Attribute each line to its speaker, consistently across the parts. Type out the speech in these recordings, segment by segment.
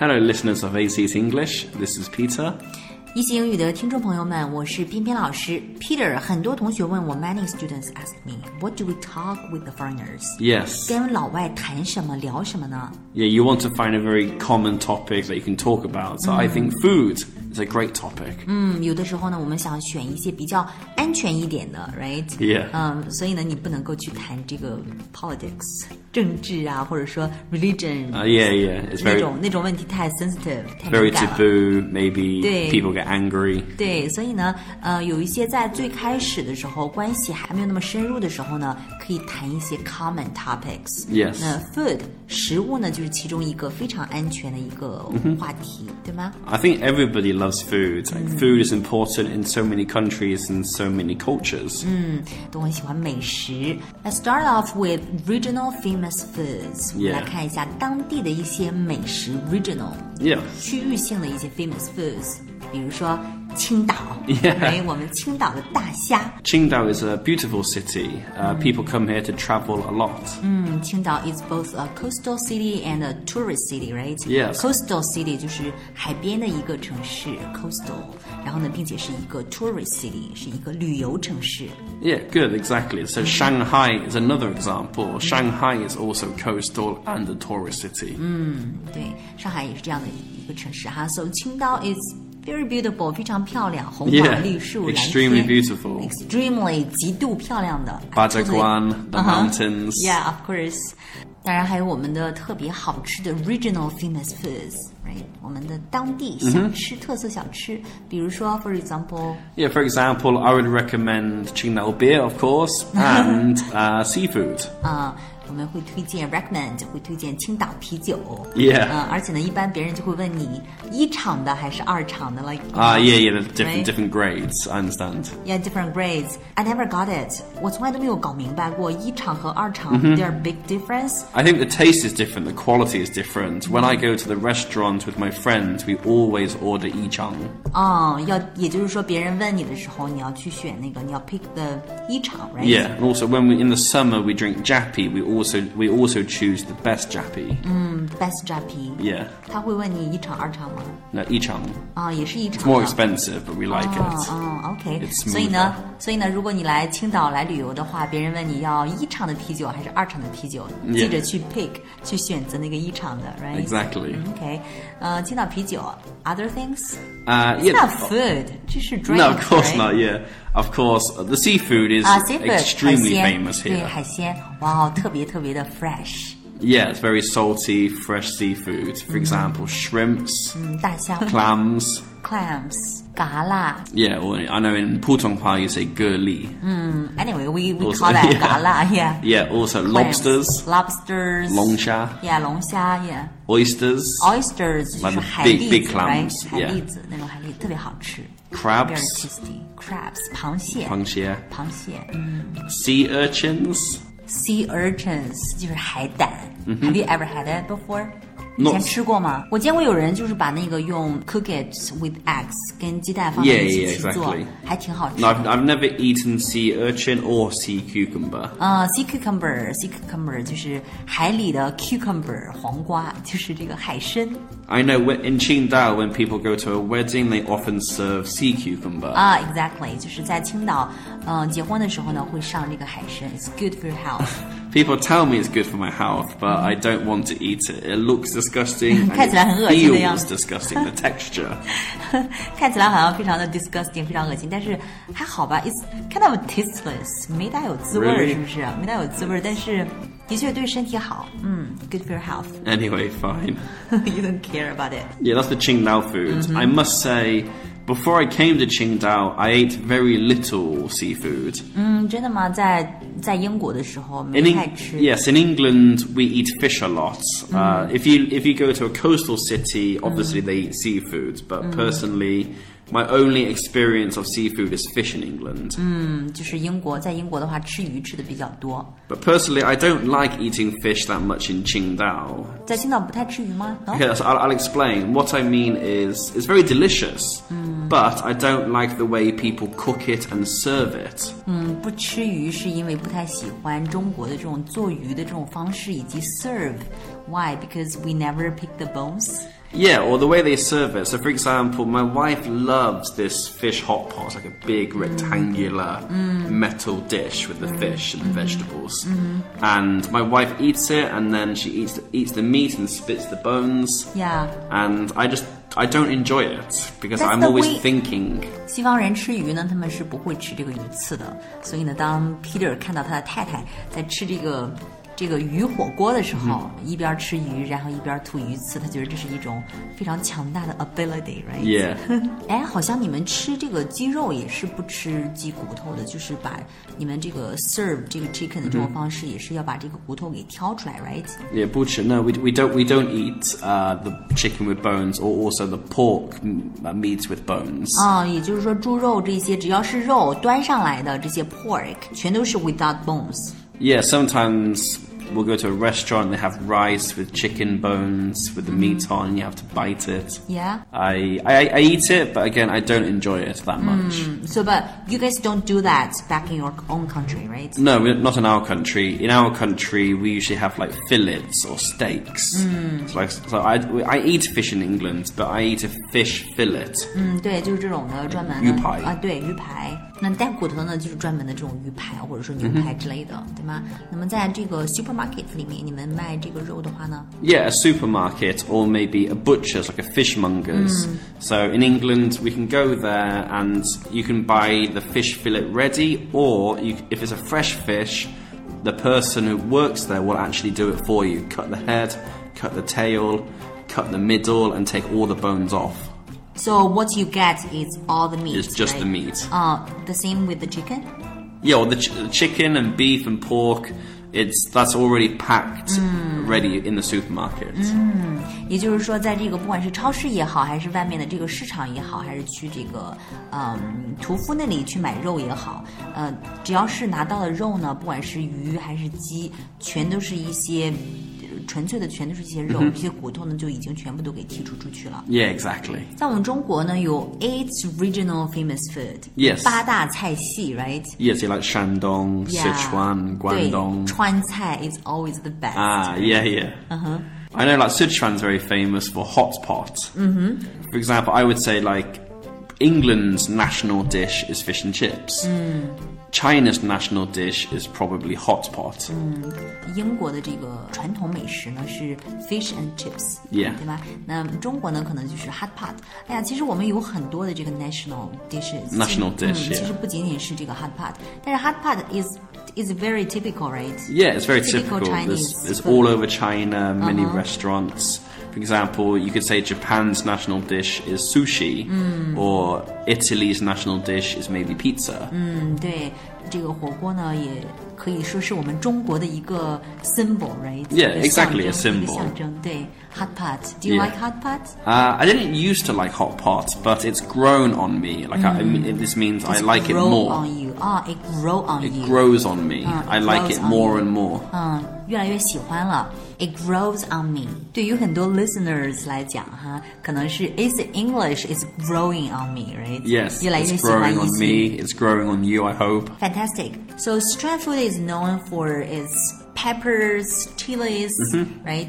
Speaker 1: Hello, listeners of AC's English. This is Peter.
Speaker 2: 一席英语的听众朋友们，我是偏偏老师 Peter。很多同学问我，Many students ask me, what do we talk with the foreigners？
Speaker 1: Yes.
Speaker 2: 跟老外谈什么，聊什么呢？
Speaker 1: Yeah, you want to find a very common topic that you can talk about. So I think food is a great topic.
Speaker 2: 嗯，有的时候呢，我们想选一些比较安全一点的，right？
Speaker 1: Yeah
Speaker 2: 嗯，所以呢，你不能够去谈这个 politics 政治啊，或者说 religion、
Speaker 1: Uh, yeah, yeah. It's
Speaker 2: 那
Speaker 1: very
Speaker 2: 种那种问题太 sensitive，太
Speaker 1: very
Speaker 2: 敏感了。
Speaker 1: taboo. Maybe
Speaker 2: Day.
Speaker 1: people get angry.
Speaker 2: 对，所以呢，呃，有一些在最开始的时候，关系还没有那么深入的时候呢，可以谈一些 common topics。
Speaker 1: Yes
Speaker 2: 那 food 食物呢，就是其中一个非常安全的一个
Speaker 1: 嗯
Speaker 2: 话题，对吗？
Speaker 1: I think everybody loves food. Like food is important in so many countries and so many cultures.
Speaker 2: 都很喜欢美食。Let's start off with regional famous foods。我们
Speaker 1: Yeah
Speaker 2: 来看一下当地的一些美食 regional。
Speaker 1: Yeah.
Speaker 2: 区域性的一些 famous foods，比如说青岛
Speaker 1: Yeah
Speaker 2: 哎，我们青岛的大虾，
Speaker 1: Qingdao is a beautiful city. Uh, People come here to travel a lot.
Speaker 2: 嗯，青岛 is both a coastal city and a tourist city, right?
Speaker 1: Yes.
Speaker 2: Coastal city 就是海边的一个城市，coastal。然后呢，并且是一个 tourist city，是一个旅游城市。
Speaker 1: Yeah, good, exactly. So Shanghai is another example. Shanghai is also coastal and a tourist city.
Speaker 2: 对，上海也是这样的一个城市哈。So 青岛 is very beautiful，非常漂亮，红
Speaker 1: Yeah,
Speaker 2: 黄绿树蓝
Speaker 1: extremely
Speaker 2: 天
Speaker 1: beautiful.
Speaker 2: extremely 极度漂亮的
Speaker 1: Badaguan, the
Speaker 2: Uh-huh.
Speaker 1: mountains.
Speaker 2: Yeah, of course. 当然还有我们的特别好吃的 regional famous foods, right？我们的当地
Speaker 1: 嗯
Speaker 2: 小吃、特色小吃，比如说，for example，
Speaker 1: Yeah, for example, I would recommend Qingdao beer, of course, and uh, seafood.
Speaker 2: 啊、我们会推荐 recommend，会推荐青岛啤酒。
Speaker 1: Yeah
Speaker 2: 嗯、而且呢，一般别人就会问你一厂的还是二厂的，like
Speaker 1: Ah, yeah, yeah, there's different,
Speaker 2: Right.
Speaker 1: different grades, I understand.
Speaker 2: Yeah, different grades. I never got it. 我从来都没有搞明白过一场和二场、
Speaker 1: 嗯
Speaker 2: there are big difference.
Speaker 1: I think the taste is different, the quality is different. When I go to the restaurant with my friends, we always order yichang.
Speaker 2: 哦、要也就是说，别人问你的时候，你要去选那个，你要 pick the 一场，right?
Speaker 1: Yeah, and also when we in the summer we drink jappy, we also we also choose the best jappy.
Speaker 2: Best Japanese.
Speaker 1: Yeah,
Speaker 2: 他会问你一场二场吗？
Speaker 1: no, yichang.
Speaker 2: 啊、也是一场
Speaker 1: It's
Speaker 2: 啊。
Speaker 1: more expensive, but we like
Speaker 2: 哦
Speaker 1: it.
Speaker 2: 哦，OK，
Speaker 1: It's smoother.
Speaker 2: 所以呢，所以呢，如果你来青岛来旅游的话，别人问你要一厂的啤酒还是二厂的啤酒，记着去 pick 去选择那个一厂的，right？
Speaker 1: Exactly.
Speaker 2: OK，呃，青岛啤酒，other things。
Speaker 1: Uh, yeah.
Speaker 2: It's not food. 这是 drink.
Speaker 1: No, of course
Speaker 2: right?
Speaker 1: not. Yeah, of course. uh, The seafood is
Speaker 2: 啊，seafood，海 Ah,
Speaker 1: extremely
Speaker 2: 鲜
Speaker 1: famous
Speaker 2: 对
Speaker 1: here.
Speaker 2: 海鲜，哇哦，特别特别的 fresh。
Speaker 1: Yeah, it's very salty, fresh seafood.
Speaker 2: Mm-hmm.
Speaker 1: For example, shrimps,
Speaker 2: 嗯，大虾
Speaker 1: clams.
Speaker 2: clams，蛤啦。
Speaker 1: Yeah, or I know in Putonghua you say gurli.
Speaker 2: Mm-hmm. Anyway，we we
Speaker 1: Also-
Speaker 2: call that
Speaker 1: yeah.
Speaker 2: 蛤啦，yeah。
Speaker 1: Yeah, also lobsters,
Speaker 2: lobsters，
Speaker 1: longsha,
Speaker 2: yeah，龙虾，yeah。
Speaker 1: oysters,
Speaker 2: oysters 就
Speaker 1: Like
Speaker 2: 是
Speaker 1: the
Speaker 2: 海
Speaker 1: big-
Speaker 2: 蛎
Speaker 1: big
Speaker 2: 子
Speaker 1: clams,
Speaker 2: right？海蛎子那种海蛎子特别好吃
Speaker 1: Crabs
Speaker 2: ，very tasty。crabs 螃蟹，
Speaker 1: pangxia,
Speaker 2: 螃蟹，嗯
Speaker 1: sea urchins.
Speaker 2: ，sea urchins 就是海胆。Have you ever had it before？以
Speaker 1: 嗯 No
Speaker 2: 前吃过吗？我见过有人就是把那个用 cook it with eggs 跟鸡蛋放在
Speaker 1: Yeah,
Speaker 2: 一起
Speaker 1: yeah,
Speaker 2: 去做
Speaker 1: exactly.，
Speaker 2: 还挺好吃
Speaker 1: No,
Speaker 2: 的
Speaker 1: I've,。I've never eaten sea urchin or sea cucumber.
Speaker 2: 呃、s e a cucumber，sea cucumber 就是海里的 cucumber 黄瓜，就是这个海参
Speaker 1: I know when- in Qingdao when people go to a wedding, they often serve sea cucumber.
Speaker 2: 啊、e x a c t l y 就是在青岛，嗯、结婚的时候呢会上这个海参，it's good for your health。
Speaker 1: People tell me it's good for my health, but I don't want to eat it. It looks disgusting. and
Speaker 2: 看起来很恶心的
Speaker 1: it feels
Speaker 2: 样子。
Speaker 1: disgusting. The texture.
Speaker 2: 看起来好像非常的 disgusting，非常恶心，但是还好吧，it's kind of tasteless，没大有滋味儿
Speaker 1: Really？
Speaker 2: 是不是？没大有滋味儿，但是的确对身体好，嗯，good for your health，you
Speaker 1: Anyway, fine.
Speaker 2: don't care about it。
Speaker 1: Yeah, that's the Qingdao food.
Speaker 2: Mm-hmm.
Speaker 1: I must say, before I came to Qingdao, I ate very little seafood.
Speaker 2: 嗯，真的吗？在在英国的时候
Speaker 1: In
Speaker 2: 没
Speaker 1: Eng-
Speaker 2: 太吃
Speaker 1: yes, in England we eat fish a lot.
Speaker 2: Mm.
Speaker 1: Uh, if you if you go to a coastal city, obviously they eat seafood. But
Speaker 2: Mm.
Speaker 1: personally, my only experience of seafood is fish in
Speaker 2: Mm.
Speaker 1: England.
Speaker 2: 嗯，就是英国在英国的话吃鱼吃的比较多，
Speaker 1: But personally, I don't like eating fish that much in Qingdao.
Speaker 2: 在青岛不太吃鱼吗？哦
Speaker 1: Okay, so I'll, I'll explain. What I mean is, it's very delicious,
Speaker 2: Hmm.
Speaker 1: but I don't like the way people cook it and serve it.
Speaker 2: 嗯，不吃鱼是因为不太喜欢中国的这种做鱼的这种方式以及 serve。Why? Because we never pick the bones.
Speaker 1: Yeah, or the way they serve it. So, for example, my wife loves this fish hot pot. It's like a big
Speaker 2: Hmm.
Speaker 1: rectangular metal dish with the fish
Speaker 2: Hmm.
Speaker 1: and the vegetables. And my wife eats it, and then she eats the, eats the meat and spits the bones.
Speaker 2: Yeah.
Speaker 1: And I just I don't enjoy it because
Speaker 2: That's
Speaker 1: I'm
Speaker 2: the
Speaker 1: always
Speaker 2: way-
Speaker 1: thinking.
Speaker 2: 西方人吃鱼呢，他们是不会吃这个鱼刺的，所以呢，当 Peter 看到他的太太在吃这个这个鱼火锅的时候，一边吃鱼，然后一边吐鱼刺，他觉得这是一种非常强大的 ability，right？
Speaker 1: Yeah.
Speaker 2: 哎，好像你们吃这个鸡肉也是不吃鸡骨头的，就是把你们这个 serve 这个 chicken 的这种方式，也是要把这个骨头给挑出来，right？
Speaker 1: Yeah, butcher. No, we, we don't we don't eat uh, the chicken with bones, or also the pork mm, uh, meats with bones.
Speaker 2: 啊、也就是说，猪肉这些只要是肉端上来的这些 pork，全都是 without bones。
Speaker 1: Yeah, sometimes we'll go to a restaurant. They have rice with chicken bones with the meat on. You have to bite it.
Speaker 2: Yeah.
Speaker 1: I, I I eat it, but again, I don't enjoy it that much.
Speaker 2: So, but you guys don't do that back in your own country, right?
Speaker 1: No, we- not in our country. In our country, we usually have like fillets or steaks. So, like, so I, I eat fish in England, but I eat a fish fillet.
Speaker 2: 嗯，对，就是这种的专门的
Speaker 1: 鱼排
Speaker 2: 啊，对，鱼排。那带骨头呢，就是专门的这种鱼排或者说牛排之类的，对吗？那么在这个 supermarket 里面，你们卖这个肉的话呢，
Speaker 1: Yeah, a supermarket or maybe a butcher's, like a fishmonger's. So in England, we can go there and you can buy the fish fillet ready, or you, if it's a fresh fish, the person who works there will actually do it for you cut the head, cut the tail, cut the middle, and take all the bones off.
Speaker 2: So what you get is all the meat.
Speaker 1: It's just
Speaker 2: right?
Speaker 1: the meat.
Speaker 2: Uh, the same with the chicken.
Speaker 1: Yeah, well, the, ch- the chicken and beef and pork. It's that's already packed, ready in the supermarket.
Speaker 2: 也就是说，在这个不管是超市也好，还是外面的这个市场也好，还是去这个嗯屠夫那里去买肉也好，呃，只要是拿到的肉呢，不管是鱼还是鸡，全都是一些呃纯粹的，全都是一些肉，这些骨头呢就已经全部都给剔除出去了。
Speaker 1: Yeah, exactly.
Speaker 2: 在我们中国呢，有 eight regional famous food，、
Speaker 1: Yes
Speaker 2: 八大菜系，right？
Speaker 1: Yeah, so like Shandong,
Speaker 2: Yeah.
Speaker 1: Sichuan,
Speaker 2: 对
Speaker 1: Guangdong.
Speaker 2: 川菜 is always the best。
Speaker 1: Ah, yeah, yeah. I know, like Sichuan's very famous for hot pot. Mm-hmm. For example, I would say like England's national dish is fish and chips. China's national dish is probably hot pot.
Speaker 2: 英国的这个传统美食呢是 fish and chips，、
Speaker 1: Yeah
Speaker 2: 对吧？那中国呢可能就是 hot pot。哎呀，其实我们有很多的这个 national dishes，
Speaker 1: National
Speaker 2: 其
Speaker 1: dish，
Speaker 2: 实嗯，其
Speaker 1: yeah
Speaker 2: 实不仅仅是这个 hot pot，但是 hot pot is is very typical，right？
Speaker 1: Yeah, it's very
Speaker 2: Typical
Speaker 1: typical.
Speaker 2: Chinese
Speaker 1: There's, there's all
Speaker 2: food.
Speaker 1: over China, many restaurants. For example, you could say Japan's national dish is sushi, or Italy's national dish is maybe pizza.
Speaker 2: 嗯，对，这个火锅呢也可以说是我们中国的一个 symbol，right？
Speaker 1: Yeah，
Speaker 2: 一个象
Speaker 1: exactly，a
Speaker 2: 征一个
Speaker 1: symbol
Speaker 2: 象征。对，hot pot。Do you
Speaker 1: Yeah
Speaker 2: like hot pot？
Speaker 1: Uh, I didn't used to like hot pot, but it's grown on me. Like I, I mean, it, this means I like it
Speaker 2: grow
Speaker 1: more.
Speaker 2: Mm. on you 啊、i t grow on
Speaker 1: It
Speaker 2: you。
Speaker 1: grows on me.
Speaker 2: Ah,
Speaker 1: I
Speaker 2: it
Speaker 1: like
Speaker 2: grows
Speaker 1: it
Speaker 2: on
Speaker 1: more
Speaker 2: you.
Speaker 1: and more.
Speaker 2: 嗯，越来越喜欢了。It grows on me。对于很多 listeners 来讲，哈，可能是 Is English is growing on me，right？
Speaker 1: Yes,
Speaker 2: 越来越
Speaker 1: it's
Speaker 2: 喜
Speaker 1: growing
Speaker 2: 欢一
Speaker 1: on
Speaker 2: 些。
Speaker 1: me. It's growing on you. I hope.
Speaker 2: Fantastic. So Street food is known for its peppers, chilies, right?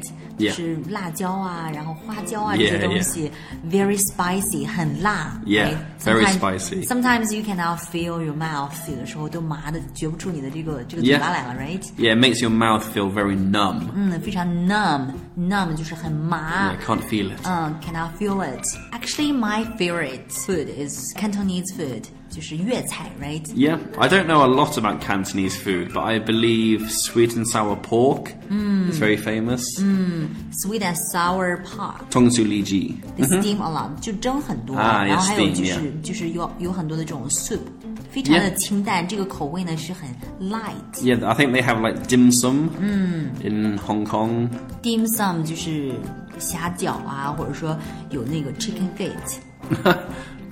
Speaker 1: Mm-hmm. Yeah.
Speaker 2: 是辣椒啊，然后花椒啊
Speaker 1: Yeah,
Speaker 2: 这些东西，very spicy，很辣。
Speaker 1: Yeah,
Speaker 2: right?
Speaker 1: very
Speaker 2: Sometimes-
Speaker 1: spicy.
Speaker 2: Sometimes you cannot feel your mouth，有的时候都麻的觉不出你的这个这个嘴
Speaker 1: Yeah
Speaker 2: 巴来了，right？
Speaker 1: Yeah, it makes your mouth feel very numb.
Speaker 2: 嗯，非常 numb，numb 就是很麻
Speaker 1: Yeah, I can't feel it.
Speaker 2: 嗯，cannot feel it. Actually, my favorite food is Cantonese food，就是粤菜，right？
Speaker 1: Yeah, I don't know a lot about Cantonese food, but I believe sweet and sour pork
Speaker 2: Mm.
Speaker 1: is very famous.
Speaker 2: Sweet and sour pork,
Speaker 1: Tongsu li ji.
Speaker 2: they steam a lot，就蒸很多，
Speaker 1: 啊
Speaker 2: 然后
Speaker 1: yes,
Speaker 2: 还有就是
Speaker 1: steam，yeah
Speaker 2: 就是有有很多的这种 soup，非常的
Speaker 1: Yeah
Speaker 2: 清淡，这个口味呢是很 light。
Speaker 1: Yeah, I think they have like dim sum
Speaker 2: Mm.
Speaker 1: in Hong Kong.
Speaker 2: Dim sum 就是虾饺啊，或者说有那个 chicken feet。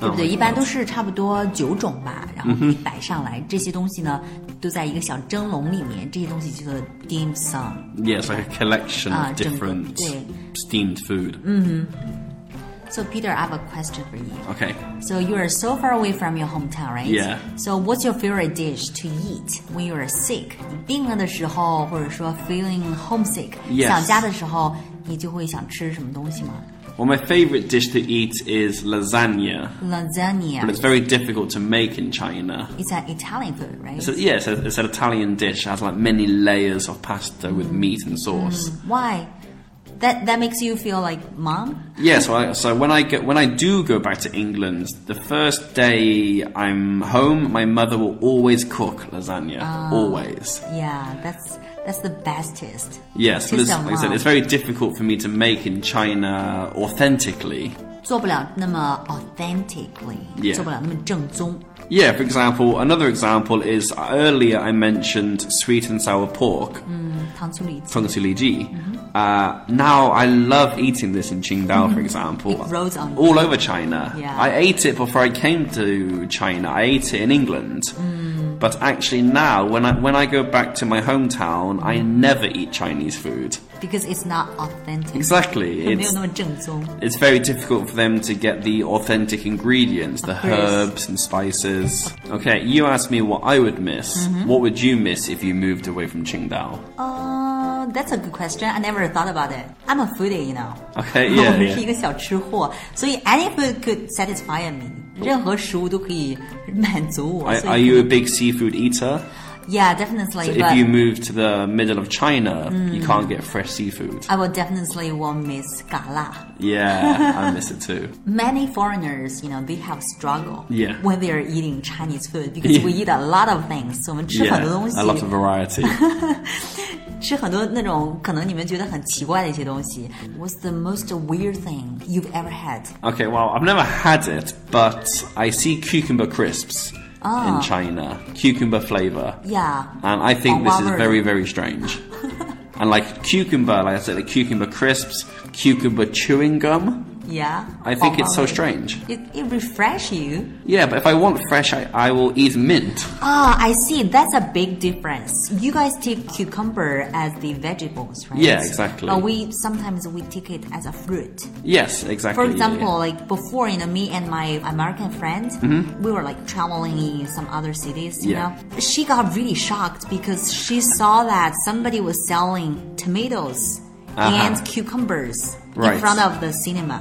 Speaker 2: 对不对？一般都是差不多九种吧，然后给你摆上来，这些东西呢都在一个小蒸笼里面，这些东西叫做 dim sum。
Speaker 1: Yeah, it's like a collection
Speaker 2: Ah,
Speaker 1: of
Speaker 2: junk-
Speaker 1: different
Speaker 2: yeah. Mm.
Speaker 1: steamed food.
Speaker 2: So Peter, I have a question for you.
Speaker 1: Okay.
Speaker 2: So you are so far away from your hometown, right?
Speaker 1: Yeah.
Speaker 2: So what's your favorite dish to eat when you are sick？你病了的时候，或者说 feeling homesick，
Speaker 1: Yes
Speaker 2: 想家的时候，你就会想吃什么东西吗？
Speaker 1: Well, my favorite dish to eat is lasagna, but
Speaker 2: Lasagna.
Speaker 1: it's very difficult to make in China.
Speaker 2: It's an Italian food, right?
Speaker 1: So e- yeah, it's, a, it's an Italian dish. It has like many layers of pasta with meat and
Speaker 2: Mm.
Speaker 1: sauce.
Speaker 2: Why? That that makes you feel like mom?
Speaker 1: Yeah, so, I, so when I go, when I do go back to England, the first day I'm home, my mother will always cook lasagna,
Speaker 2: Ah.
Speaker 1: always.
Speaker 2: Yeah, that's that's the best taste.
Speaker 1: Yes, but
Speaker 2: She's
Speaker 1: it's,
Speaker 2: done
Speaker 1: like I said,
Speaker 2: well.
Speaker 1: it's very difficult for me to make in China authentically.
Speaker 2: 做不了那么 authentically，、
Speaker 1: Yeah.
Speaker 2: 做不了那么正宗。
Speaker 1: Yeah, for example, another example is uh, earlier I mentioned sweet and sour pork,
Speaker 2: 嗯，糖醋里脊
Speaker 1: feng su li ji.
Speaker 2: Mm-hmm.
Speaker 1: Uh, now I love eating this in Qingdao, for example.
Speaker 2: Mm-hmm. It grows on-
Speaker 1: all over China.
Speaker 2: Yeah.
Speaker 1: I ate it before I came to China. I ate it in England.
Speaker 2: Mm.
Speaker 1: But actually, now when I when I go back to my hometown, I
Speaker 2: Mm-hmm.
Speaker 1: never eat Chinese food.
Speaker 2: ，because it's not authentic，
Speaker 1: Exactly,
Speaker 2: 没有
Speaker 1: it's
Speaker 2: 那么正宗。
Speaker 1: it's very difficult for them to get the authentic ingredients, the
Speaker 2: Of course.
Speaker 1: herbs and spices. Okay, you asked me what I would miss.
Speaker 2: Mm-hmm.
Speaker 1: What would you miss if you moved away from Qingdao?
Speaker 2: Uh, that's a good question. I never thought about it. I'm a foodie, you know.
Speaker 1: Okay, yeah,
Speaker 2: 我们
Speaker 1: yeah.
Speaker 2: 是一个小吃货，所以 any food could satisfy me. 任何食物都可以满足我。
Speaker 1: Are,
Speaker 2: 所
Speaker 1: are
Speaker 2: 以
Speaker 1: you a big seafood eater?
Speaker 2: yeah, definitely.
Speaker 1: So
Speaker 2: but Mm.
Speaker 1: if you move to the middle of China, you can't get fresh seafood.
Speaker 2: I will definitely will miss gala.
Speaker 1: Yeah, I miss it too.
Speaker 2: Many foreigners, you know, they have struggle
Speaker 1: Yeah.
Speaker 2: when they are eating Chinese food because
Speaker 1: Yeah.
Speaker 2: we eat a lot of things. 我们吃很
Speaker 1: Yeah,
Speaker 2: 多东西
Speaker 1: a lot of variety.
Speaker 2: 吃很多那种可能你们觉得很奇怪的一些东西。What's the most weird thing you've ever had?
Speaker 1: Okay, well, I've never had it, but I see cucumber crisps
Speaker 2: Ah.
Speaker 1: in China, cucumber flavor.
Speaker 2: Yeah.
Speaker 1: And Um, I think this is
Speaker 2: Guava.
Speaker 1: very, very strange. and like cucumber, like I said, the cucumber crisps, cucumber chewing gum.
Speaker 2: Yeah.
Speaker 1: I think it's so
Speaker 2: guava.
Speaker 1: strange.
Speaker 2: It, it refresh you.
Speaker 1: Yeah, but if I want fresh, I, I will eat mint.
Speaker 2: Ah, I see. That's a big difference. You guys take cucumber as the vegetables, right?
Speaker 1: Yeah, exactly.
Speaker 2: But we sometimes we take it as a fruit.
Speaker 1: Yes, exactly.
Speaker 2: For
Speaker 1: yeah, yeah.
Speaker 2: example, like before, you know, me and my American friend, we were like traveling in some other cities, you
Speaker 1: Mm-hmm. Yeah.
Speaker 2: know. She got really shocked because she saw that somebody was selling tomatoes
Speaker 1: Uh-huh.
Speaker 2: and cucumbers in
Speaker 1: Right.
Speaker 2: front of the cinema.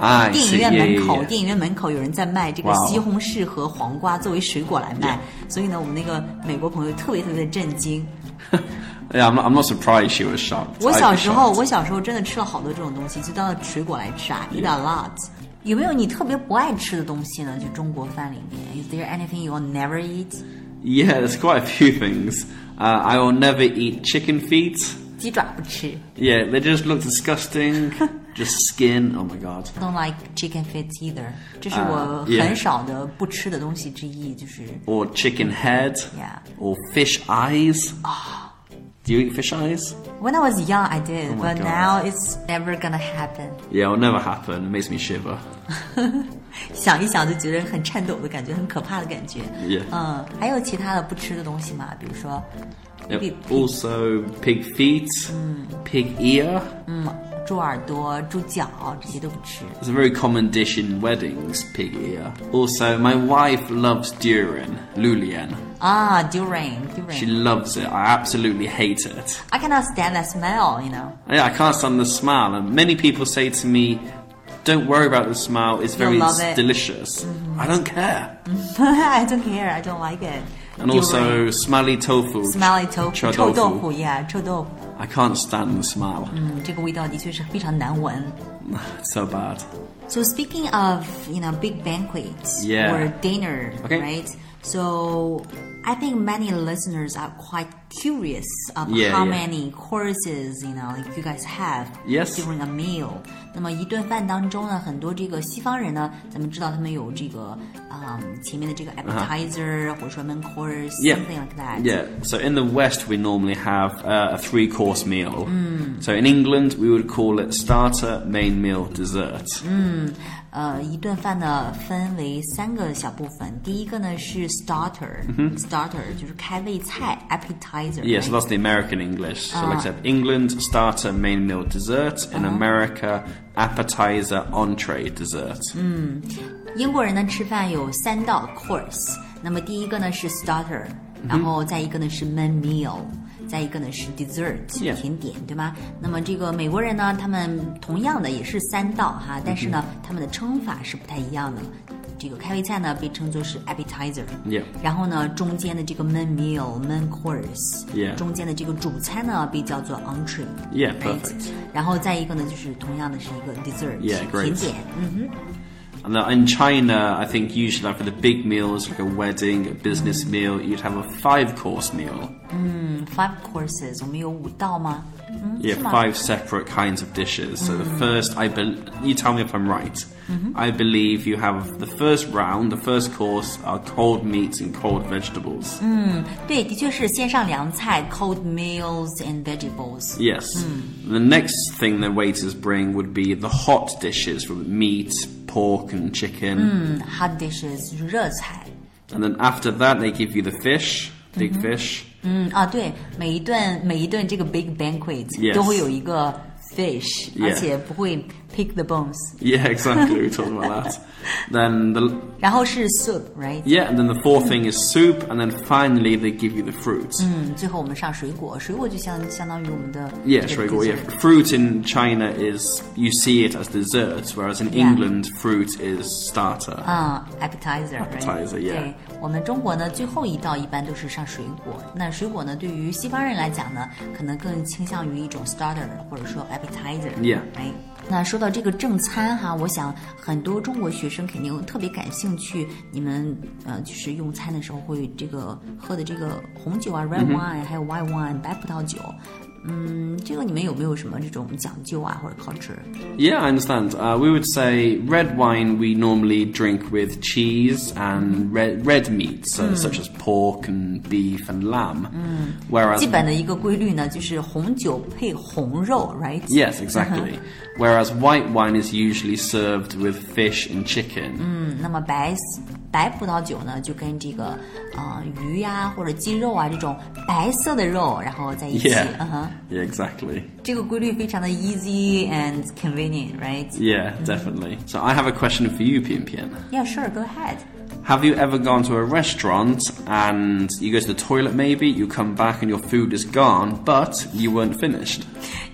Speaker 1: I
Speaker 2: 电影
Speaker 1: see. Yeah,
Speaker 2: 院
Speaker 1: yeah,
Speaker 2: 门口，
Speaker 1: yeah.
Speaker 2: 电影院门口有人在卖这个
Speaker 1: Wow
Speaker 2: 西红柿和黄瓜作为水果来卖，所以呢，我们那个美国朋友特别特别的震惊。
Speaker 1: Yeah, I'm not, I'm not surprised she was shocked.
Speaker 2: 我
Speaker 1: I'd be
Speaker 2: 小时候，
Speaker 1: shocked.
Speaker 2: 我小时候真的吃了好多这种东西，就当水果来吃啊，eat a lot。有没有你特别不爱吃的东西呢？就中国饭里面，Is there anything you will never eat？
Speaker 1: Yeah, there's quite a few things. Uh, I will never eat chicken feet.
Speaker 2: 鸡爪不吃
Speaker 1: Yeah, they just look disgusting. just skin. Oh my god.
Speaker 2: ，Don't like chicken feet either。这是我
Speaker 1: 啊 yeah
Speaker 2: 很少的不吃的东西之一，就是。
Speaker 1: Or chicken head.
Speaker 2: Yeah. Ah.
Speaker 1: Or fish eyes. Do you eat fish eyes?
Speaker 2: When I was young, I did,
Speaker 1: Oh my
Speaker 2: but
Speaker 1: God
Speaker 2: now it's never gonna happen.
Speaker 1: Yeah, it'll never happen. It makes me shiver.
Speaker 2: 想一想就觉得很颤抖的感觉，很可怕的感觉。
Speaker 1: Yeah.
Speaker 2: 嗯，还有其他的不吃的东西吗？比如说，
Speaker 1: Yep.
Speaker 2: Pig- Hmm. pig-
Speaker 1: Also, pig feet, pig ear.
Speaker 2: 嗯，猪耳朵、猪脚这些都不吃。
Speaker 1: It's a very common dish in weddings, pig ear. Also, my wife loves durian, lulian.
Speaker 2: 啊，durian Ah,
Speaker 1: She
Speaker 2: durian。
Speaker 1: loves it. I absolutely hate it.
Speaker 2: I cannot stand that smell, you know.
Speaker 1: Yeah, I can't stand the smell. And many people say to me, "Don't worry about the smell. It's very
Speaker 2: You'll love it." Mm-hmm.
Speaker 1: delicious." I don't care.
Speaker 2: I don't care, I don't like it.
Speaker 1: And also smelly tofu.
Speaker 2: smelly tofu，
Speaker 1: 臭
Speaker 2: 臭
Speaker 1: 豆
Speaker 2: 豆
Speaker 1: 腐
Speaker 2: 腐呀，臭豆腐，
Speaker 1: I can't stand the smell.
Speaker 2: 嗯，Mm, 这个味道的确是非常难闻。
Speaker 1: It's so bad.
Speaker 2: So speaking of, you know, big banquets
Speaker 1: Yeah.
Speaker 2: or dinner,
Speaker 1: Okay.
Speaker 2: right? So I think many listeners are quite curious of
Speaker 1: Yeah,
Speaker 2: how
Speaker 1: yeah.
Speaker 2: many courses, you know, like you guys have
Speaker 1: Yes.
Speaker 2: during a meal. 那么一顿饭当中呢，很多这个西方人呢，咱们知道他们有这个，嗯，前面的这个 appetizer、或者说 main course、
Speaker 1: Yeah.
Speaker 2: something like that。
Speaker 1: Yeah. So in the West, we normally have uh, a three-course meal.
Speaker 2: Mm.
Speaker 1: So in England, we would call it starter, main meal, dessert.
Speaker 2: Mm. 呃，一顿饭呢分为三个小部分，第一个呢是
Speaker 1: Mm-hmm.
Speaker 2: starter，starter、就是开胃菜 appetizer。
Speaker 1: Yeah, so that's the American English. So,
Speaker 2: Ah.
Speaker 1: like I said, England, starter, main meal, dessert. In
Speaker 2: Uh-huh.
Speaker 1: America, appetizer, entree, dessert.
Speaker 2: Mm. 英国人呢吃饭有三
Speaker 1: 嗯
Speaker 2: 道 course，那么第一个呢是 starter，然后再一个呢是 main meal，再一个呢是 dessert
Speaker 1: Yeah
Speaker 2: 甜点，对吗？那么这个美国人呢，他们同样的也是三道
Speaker 1: 嗯
Speaker 2: 哈，但是呢，他们的称法是不太一样的。这个开胃菜呢被称作是 appetizer，
Speaker 1: Yeah
Speaker 2: 然后呢中间的这个 main meal main course，、
Speaker 1: Yeah
Speaker 2: 中间的这个主餐呢被叫做 entree。
Speaker 1: Yeah,
Speaker 2: right？
Speaker 1: perfect.
Speaker 2: 然后再一个呢，就是同样的是一个 dessert
Speaker 1: Yeah, great.
Speaker 2: 甜点，嗯，
Speaker 1: And that in China, I think usually like for the big meals, like a wedding, a business
Speaker 2: Mm.
Speaker 1: meal, you'd have a five course meal.
Speaker 2: 嗯，five courses，我们有五道吗？嗯，
Speaker 1: Yeah,
Speaker 2: 是吗
Speaker 1: five separate kinds of dishes. So the first, I bel you tell me if I'm right. I believe you have the first round, the first course are cold meats and cold vegetables.
Speaker 2: 对，的确是先上凉菜 （cold meals and vegetables）。
Speaker 1: Yes. The next thing the waiters bring would be the hot dishes from meat, pork, and chicken.
Speaker 2: 嗯，hot dishes 就是热菜。
Speaker 1: And then after that, they give you the fish, big fish.
Speaker 2: 嗯啊，对，每一顿每一顿这个 big banquet
Speaker 1: Yes
Speaker 2: 都会有一个 fish，而
Speaker 1: Yeah
Speaker 2: 且不会 pick the bones。
Speaker 1: Yeah, exactly. we talked about that. Then the
Speaker 2: 然后是 soup，right？
Speaker 1: yeah, and then the fourth thing is soup, and then finally they give you the fruit.
Speaker 2: 嗯，最后我们上水果，水果就相相当于我们的
Speaker 1: Yeah,
Speaker 2: 这个
Speaker 1: sure. Yeah,
Speaker 2: dessert
Speaker 1: fruit in China is you see it as dessert, whereas in
Speaker 2: Yeah.
Speaker 1: England, fruit is starter.
Speaker 2: 啊、a p p e t i z e r
Speaker 1: Appetizer, yeah
Speaker 2: 对我们中国呢，最后一道一般都是上水果。那水果呢，对于西方人来讲呢，可能更倾向于一种 starter 或者说 appetizer。
Speaker 1: Yeah
Speaker 2: 哎，那说到这个正餐哈，我想很多中国学生肯定特别感兴趣。你们呃，就是用餐的时候会这个喝的这个红酒啊，red
Speaker 1: 嗯
Speaker 2: wine，、还有 white wine 白葡萄酒。嗯，这个你们有没有什么这种讲究啊，或者 culture？
Speaker 1: Yeah, I understand. Uh, we would say red wine we normally drink with cheese and red red meats, uh, such as pork and beef and lamb. Whereas
Speaker 2: 基本的一个规律呢，就是红酒配红肉，right？
Speaker 1: yes, exactly. Whereas white wine is usually served with fish and chicken.
Speaker 2: 嗯，那么白白葡萄酒呢，就跟这个呃鱼呀、或者鸡肉啊这种白色的肉，然后在一起
Speaker 1: Yeah.
Speaker 2: 嗯哼，
Speaker 1: Yeah, exactly.
Speaker 2: 这个规律非常的 easy and convenient，right？Yeah,
Speaker 1: Yeah, definitely. So I have a question for you, Pian Pian.
Speaker 2: sure, go ahead.
Speaker 1: Have you ever gone to a restaurant and you go to the toilet maybe, you come back and your food is gone, but you weren't finished?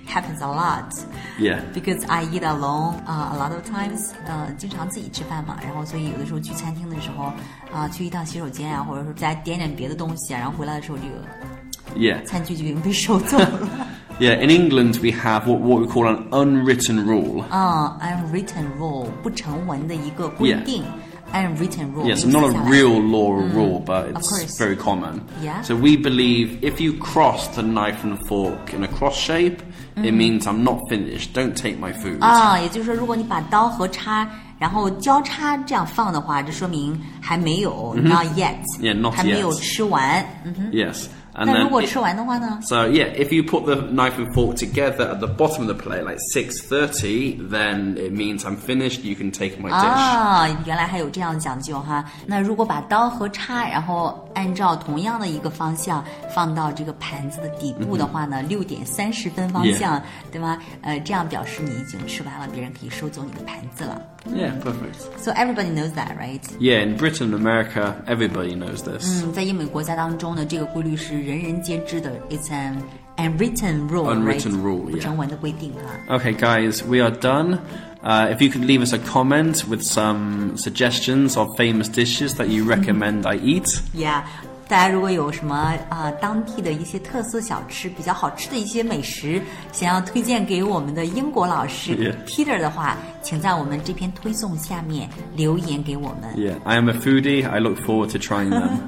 Speaker 2: Happens a lot.
Speaker 1: Yeah.
Speaker 2: Because I eat alone 啊、a lot of times，呃，经常自己吃饭嘛，然后所以有的时候去餐厅的时候，啊、去一趟洗手间啊，或者说再点点别的东西啊，然后回来的时候，这个
Speaker 1: Yeah.
Speaker 2: 餐具就已经被收走了。
Speaker 1: Yeah, in England we have what, what we call an unwritten rule.
Speaker 2: 啊、u n w r i t t e n rule 不成文的一个规
Speaker 1: Yeah.
Speaker 2: 定。unwritten rule，
Speaker 1: Yes,
Speaker 2: 意思
Speaker 1: not
Speaker 2: 下
Speaker 1: a
Speaker 2: 来
Speaker 1: real law or rule, but
Speaker 2: course.
Speaker 1: it's very common.
Speaker 2: Yeah.
Speaker 1: So we believe if you cross the knife and fork in a cross shape, it means I'm not finished. Don't take my food.
Speaker 2: 啊，也就是说，如果你把刀和叉，然后交叉这样放的话，这说明还没有、not yet，、
Speaker 1: Yeah, not
Speaker 2: 还没有
Speaker 1: yet.
Speaker 2: 吃完。嗯哼，
Speaker 1: Yes. Mm-hmm And
Speaker 2: 那如
Speaker 1: then
Speaker 2: 果
Speaker 1: it-
Speaker 2: 吃完的话呢？
Speaker 1: So yeah, if you put the knife and fork together at the bottom of the plate, like six thirty, then it means I'm finished. You can take my dish.
Speaker 2: 啊，原来还有这样的讲究哈。那如果把刀和叉，然后按照同样的一个方向放到这个盘子的底部的话呢，六点三十分方
Speaker 1: 嗯 Yeah
Speaker 2: 向对吗？呃，这样表示你已经吃完了，别人可以收走你的盘子了。
Speaker 1: Yeah, perfect.
Speaker 2: So everybody knows that, right？
Speaker 1: Yeah, in Britain and America, everybody knows this.
Speaker 2: 嗯，在英美国家当中呢，这个规律是人人皆知的。It's an unwritten rule, right?
Speaker 1: Unwritten rule,
Speaker 2: 不成文的规定啊哈、
Speaker 1: Okay, guys, we are done. Uh, if you could leave us a comment with some suggestions of famous dishes that you recommend I eat.
Speaker 2: Yeah，大家如果有什么啊、呃当地的一些特色小吃、比较好吃的一些美食，想要推荐给我们的英国老师
Speaker 1: Yeah.
Speaker 2: Peter 的话，请在我们这篇推送下面留言给我们。
Speaker 1: Yeah, I am a foodie. I look forward to trying them.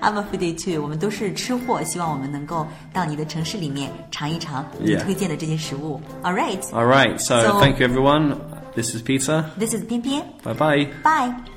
Speaker 2: I'm a foodie too，我们都是吃货，希望我们能够到你的城市里面尝一尝你
Speaker 1: Yeah.
Speaker 2: 推荐的这些食物。All right，
Speaker 1: All right, so
Speaker 2: So-
Speaker 1: thank you, everyone. This is Peter.
Speaker 2: this is 偏偏
Speaker 1: Bye bye.
Speaker 2: ，bye。